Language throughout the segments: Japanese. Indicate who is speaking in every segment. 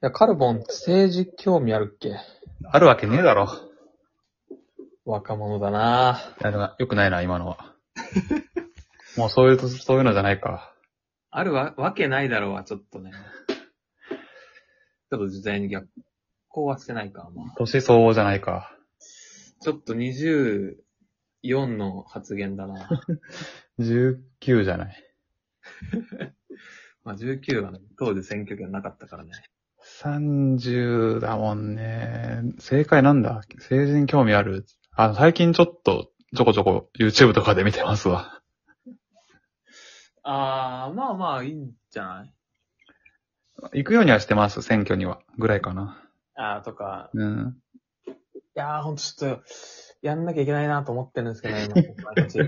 Speaker 1: や、カルボン、政治興味あるっけ
Speaker 2: あるわけねえだろ。
Speaker 1: 若者だな
Speaker 2: あのよくないな、今の は。もうそういうと、そういうのじゃないか。
Speaker 1: あるわ、わけないだろうは、ちょっとね。ちょっと時代に逆行はしてないか、まあ。
Speaker 2: 年相応じゃないか。
Speaker 1: ちょっと24の発言だ な
Speaker 2: 19じゃない。
Speaker 1: まあ19はね、当時選挙権なかったからね。
Speaker 2: 30だもんね。正解なんだ成人興味あるあの、最近ちょっと、ちょこちょこ YouTube とかで見てますわ。
Speaker 1: あー、まあまあ、いいんじゃない
Speaker 2: 行くようにはしてます、選挙には。ぐらいかな。
Speaker 1: あー、とか。
Speaker 2: うん。
Speaker 1: いやー、ほんとちょっと、やんなきゃいけないなと思ってるんですけどね、今毎日。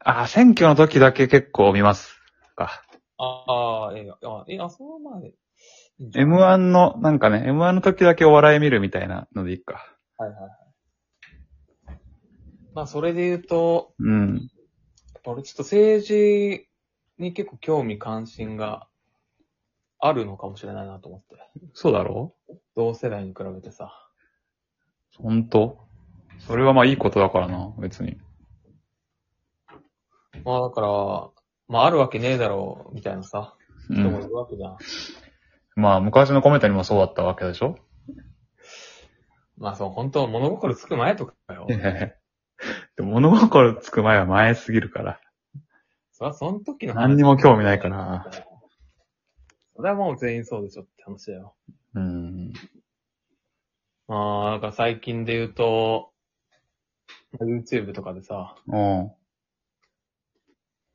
Speaker 2: あ、選挙の時だけ結構見ます。か。
Speaker 1: ああ、ええあ、ええあ、その前で。いいんじゃない
Speaker 2: M1 の、なんかね、M1 の時だけお笑い見るみたいなのでいいか。
Speaker 1: はいはいはい。まあ、それで言うと、
Speaker 2: うん。
Speaker 1: 俺ちょっと政治に結構興味関心があるのかもしれないなと思って。
Speaker 2: そうだろ
Speaker 1: 同世代に比べてさ。
Speaker 2: うほんとそれはまあいいことだからな、別に。
Speaker 1: まあ、だから、まあ、あるわけねえだろう、みたいなさ、
Speaker 2: う
Speaker 1: 人もい
Speaker 2: ん。
Speaker 1: るわけじゃん。
Speaker 2: まあ昔のコメントにもそうだったわけでしょ
Speaker 1: まあ、そう、本当物心つく前とかよ
Speaker 2: い。やいや でも物心つく前は前すぎるから。
Speaker 1: そりゃ、その時の話
Speaker 2: 何にも興味ないから。
Speaker 1: それはもう全員そうでしょって話だよ。
Speaker 2: うん。
Speaker 1: まあ、なんか最近で言うと、まあ YouTube とかでさ、
Speaker 2: うん。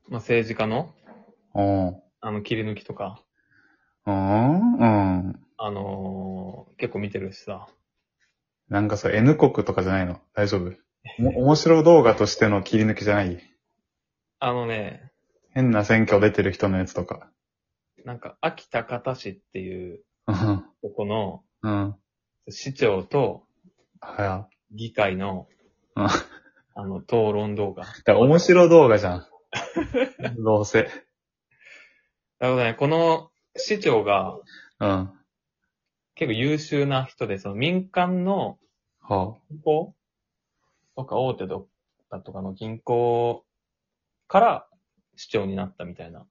Speaker 1: まあ、政治家の、
Speaker 2: うん。
Speaker 1: あの、切り抜きとか、
Speaker 2: うん。うん。
Speaker 1: あのー結構見てるしさ。
Speaker 2: なんかそれ N 国とかじゃないの大丈夫も面白動画としての切り抜きじゃない
Speaker 1: あのね、
Speaker 2: 変な選挙出てる人のやつとか。
Speaker 1: なんか、秋田方市っていう、
Speaker 2: うん。
Speaker 1: ここの、
Speaker 2: うん。
Speaker 1: 市長と
Speaker 2: は
Speaker 1: 議会の、
Speaker 2: うん
Speaker 1: あの、討論動画。
Speaker 2: や。だから面白動画じゃ ん。どうせ。
Speaker 1: だからね、この市長が
Speaker 2: うん。は
Speaker 1: 結構優秀な人で、その民間の
Speaker 2: あ。
Speaker 1: 銀行とか大手とかとかの銀行から市長になったみたいな。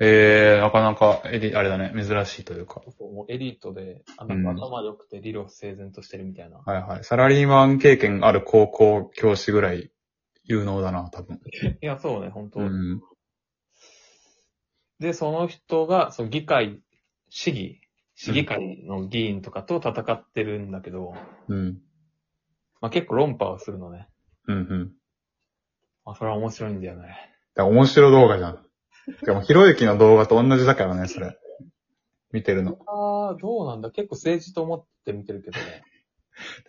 Speaker 2: ええー、なかなか、えり、あれだね、珍しいというか。
Speaker 1: もうエリートで、あ
Speaker 2: うん
Speaker 1: の、頭良くて理路整然としてるみたいな。
Speaker 2: はいはい。サラリーマン経験ある高校教師ぐらい有能だな、多分。
Speaker 1: いや、そうね、本当、
Speaker 2: うん。
Speaker 1: で、その人が、その議会、市議、市議会の議員とかと戦ってるんだけど、
Speaker 2: うん。
Speaker 1: まあ結構論破をするのね。
Speaker 2: うんうん。
Speaker 1: まあそれは面白いんだよね。
Speaker 2: だから面白動画じゃん。でも、ひろゆきの動画と同じだからね、それ。見てるの。
Speaker 1: ああ、どうなんだ。結構政治と思って見てるけどね。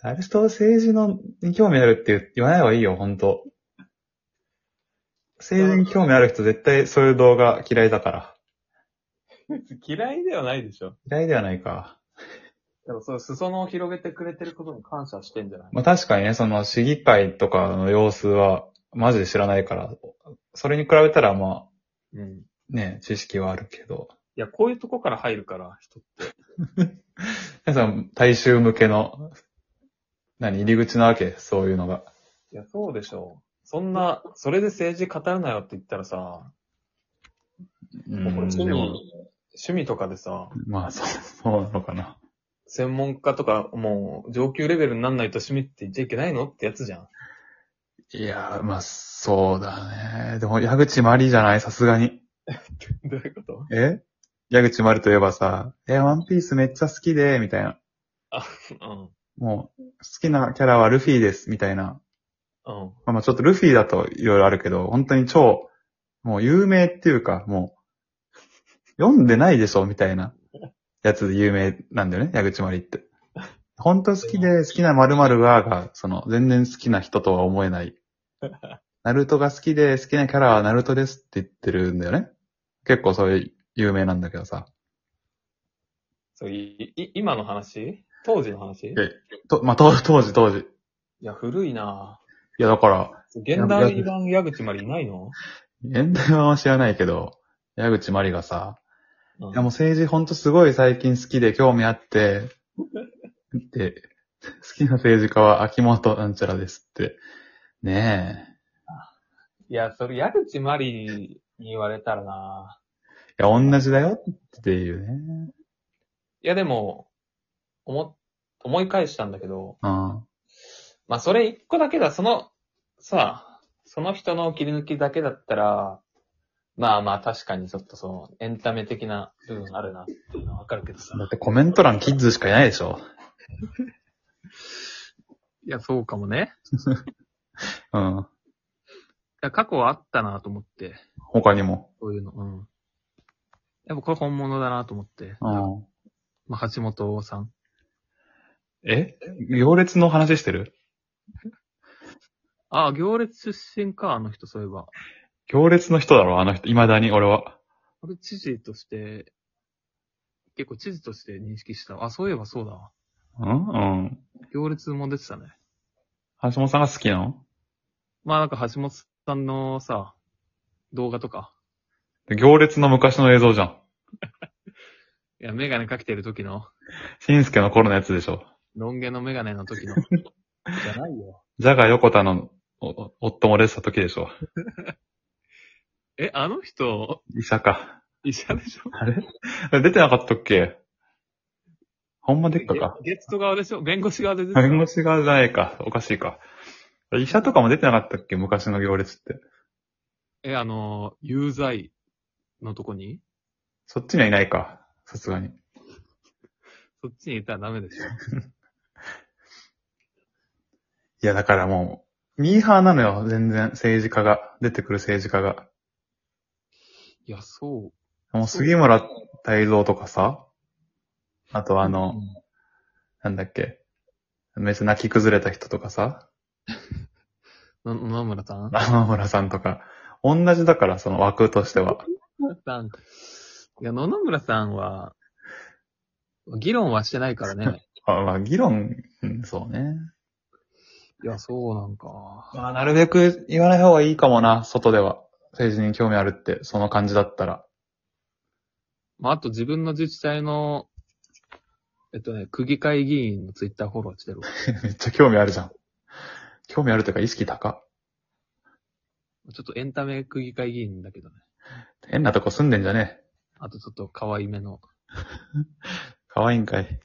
Speaker 2: ある人は政治のに興味あるって言う言わない方がいいよ、ほんと。政治に興味ある人絶対そういう動画嫌いだから。
Speaker 1: 嫌いではないでしょ。
Speaker 2: 嫌いではないか。
Speaker 1: でもそう、裾野を広げてくれてることに感謝してんじゃない
Speaker 2: まあ確かにね、その市議会とかの様子はマジで知らないから、それに比べたらまあ
Speaker 1: うん。い
Speaker 2: ね、知識はあるけど。
Speaker 1: や、こういうとこから入るから、人って。
Speaker 2: 皆さん、大衆向けの、何、入り口なわけそういうのが。
Speaker 1: いや、そうでしょう。そんな、それで政治語るなよって言ったらさ、
Speaker 2: う
Speaker 1: もうこれ
Speaker 2: ん、
Speaker 1: 趣
Speaker 2: で
Speaker 1: 味、
Speaker 2: も、
Speaker 1: 趣味とかでさ、
Speaker 2: まあそう、そうなのかな。
Speaker 1: 専門家とかもう上級レベルになんないと趣味って言っちゃいけないのってやつじゃん。
Speaker 2: いやー、まあ、そうだね。でも、矢口まりじゃないさすがに。
Speaker 1: どういうこと
Speaker 2: え矢口まりといえばさ、え、ワンピースめっちゃ好きで、みたいな。
Speaker 1: うん。
Speaker 2: もう、好きなキャラはルフィです、みたいな。
Speaker 1: うん。
Speaker 2: まあまあ、ちょっとルフィだといろいろあるけど、本当に超、もう有名っていうか、もう、読んでないでしょ、みたいなやつで有名なんだよね、矢口まりって。本当好きで、好きな〇〇は、が、その、全然好きな人とは思えない。ナルトが好きで、好きなキャラはナルトですって言ってるんだよね。結構それ有名なんだけどさ。
Speaker 1: そう、い、い今の話当時の話い
Speaker 2: えと、まあ、当当時、当時。い
Speaker 1: や、古いな
Speaker 2: や、だから、
Speaker 1: ぁ現代版矢口まりいないの
Speaker 2: 現代版は知らないけど、矢口まりがさ、
Speaker 1: うん
Speaker 2: いやもう政治ほんとすごい最近好きで興味あって、で、好きな政治家は秋元なんちゃらですって。ねえ。
Speaker 1: いや、それ、矢口まりに言われたらな。
Speaker 2: いや、同じだよっていうね。
Speaker 1: いや、でも、思っ、思い返したんだけど、
Speaker 2: うん。
Speaker 1: まあ、それ一個だけだ、その、さあ、その人の切り抜きだけだったら、まあまあ確かにちょっとその、エンタメ的な部分あるなっていうのはわかるけどさ。
Speaker 2: だってコメント欄キッズしかいないでしょ。
Speaker 1: いや、そうかもね。
Speaker 2: うん。
Speaker 1: いや過去はあったなと思って、
Speaker 2: 他にも。
Speaker 1: そういうの。うん。やっぱこれ本物だなと思って。
Speaker 2: うん。
Speaker 1: まあ、橋本さん。
Speaker 2: え行列の話してる
Speaker 1: ああ、行列出身か、あの人、そういえば。
Speaker 2: 行列の人だろあの人。未だに俺は。
Speaker 1: 俺、知事として、結構知事として認識したわ。あ、そういえばそうだわ。
Speaker 2: うんうん。
Speaker 1: 行列も出てたね。
Speaker 2: 橋本さんが好きなの
Speaker 1: まあなんか橋本さんのさ、動画とか、
Speaker 2: 行列の昔の映像じゃん。
Speaker 1: いや、メガネかけてる時の、
Speaker 2: しんすけの頃のやつでしょ。
Speaker 1: ロン毛のメガネの時の。 じゃないよ。
Speaker 2: ジャガ横田のおお夫も出てた時でしょ。
Speaker 1: え、あの人、
Speaker 2: 医者か。
Speaker 1: 医者でしょ
Speaker 2: あれ出てなかったっけほんまでっかか。
Speaker 1: ゲゲスト側でしょ弁護士側で出てた
Speaker 2: 弁護士側じゃないか。おかしいか。医者とかも出てなかったっけ昔の行列って。
Speaker 1: え、あの、有罪のとこに
Speaker 2: そっちにはいないか。さすがに。
Speaker 1: そっちにいたらダメでしょ。
Speaker 2: いや、だからもう、ミーハーなのよ。全然、政治家が。出てくる政治家が。
Speaker 1: いや、そう。
Speaker 2: もう杉村太蔵とかさ。あとあの、
Speaker 1: うん、
Speaker 2: なんだっけ。めっちゃ泣き崩れた人とかさ。
Speaker 1: な野々村さん
Speaker 2: 天村さんとか。同じだから、その枠としては。
Speaker 1: 野々村さん。いや、野々村さんは、議論はしてないからね。
Speaker 2: あまあ、議論、うんそうね。
Speaker 1: いや、そうなんか。
Speaker 2: まあ、なるべく言わない方がいいかもな、外では。政治に興味あるって、その感じだったら。
Speaker 1: まあ、あと自分の自治体の、えっとね、区議会議員のツイッターフォローしてるわ。
Speaker 2: めっちゃ興味あるじゃん。興味あるというか、意識高。
Speaker 1: ちょっとエンタメ区議会議員だけどね。
Speaker 2: 変なとこ住んでんじゃねえ。
Speaker 1: あとちょっと可愛めの。
Speaker 2: 可愛いんかい。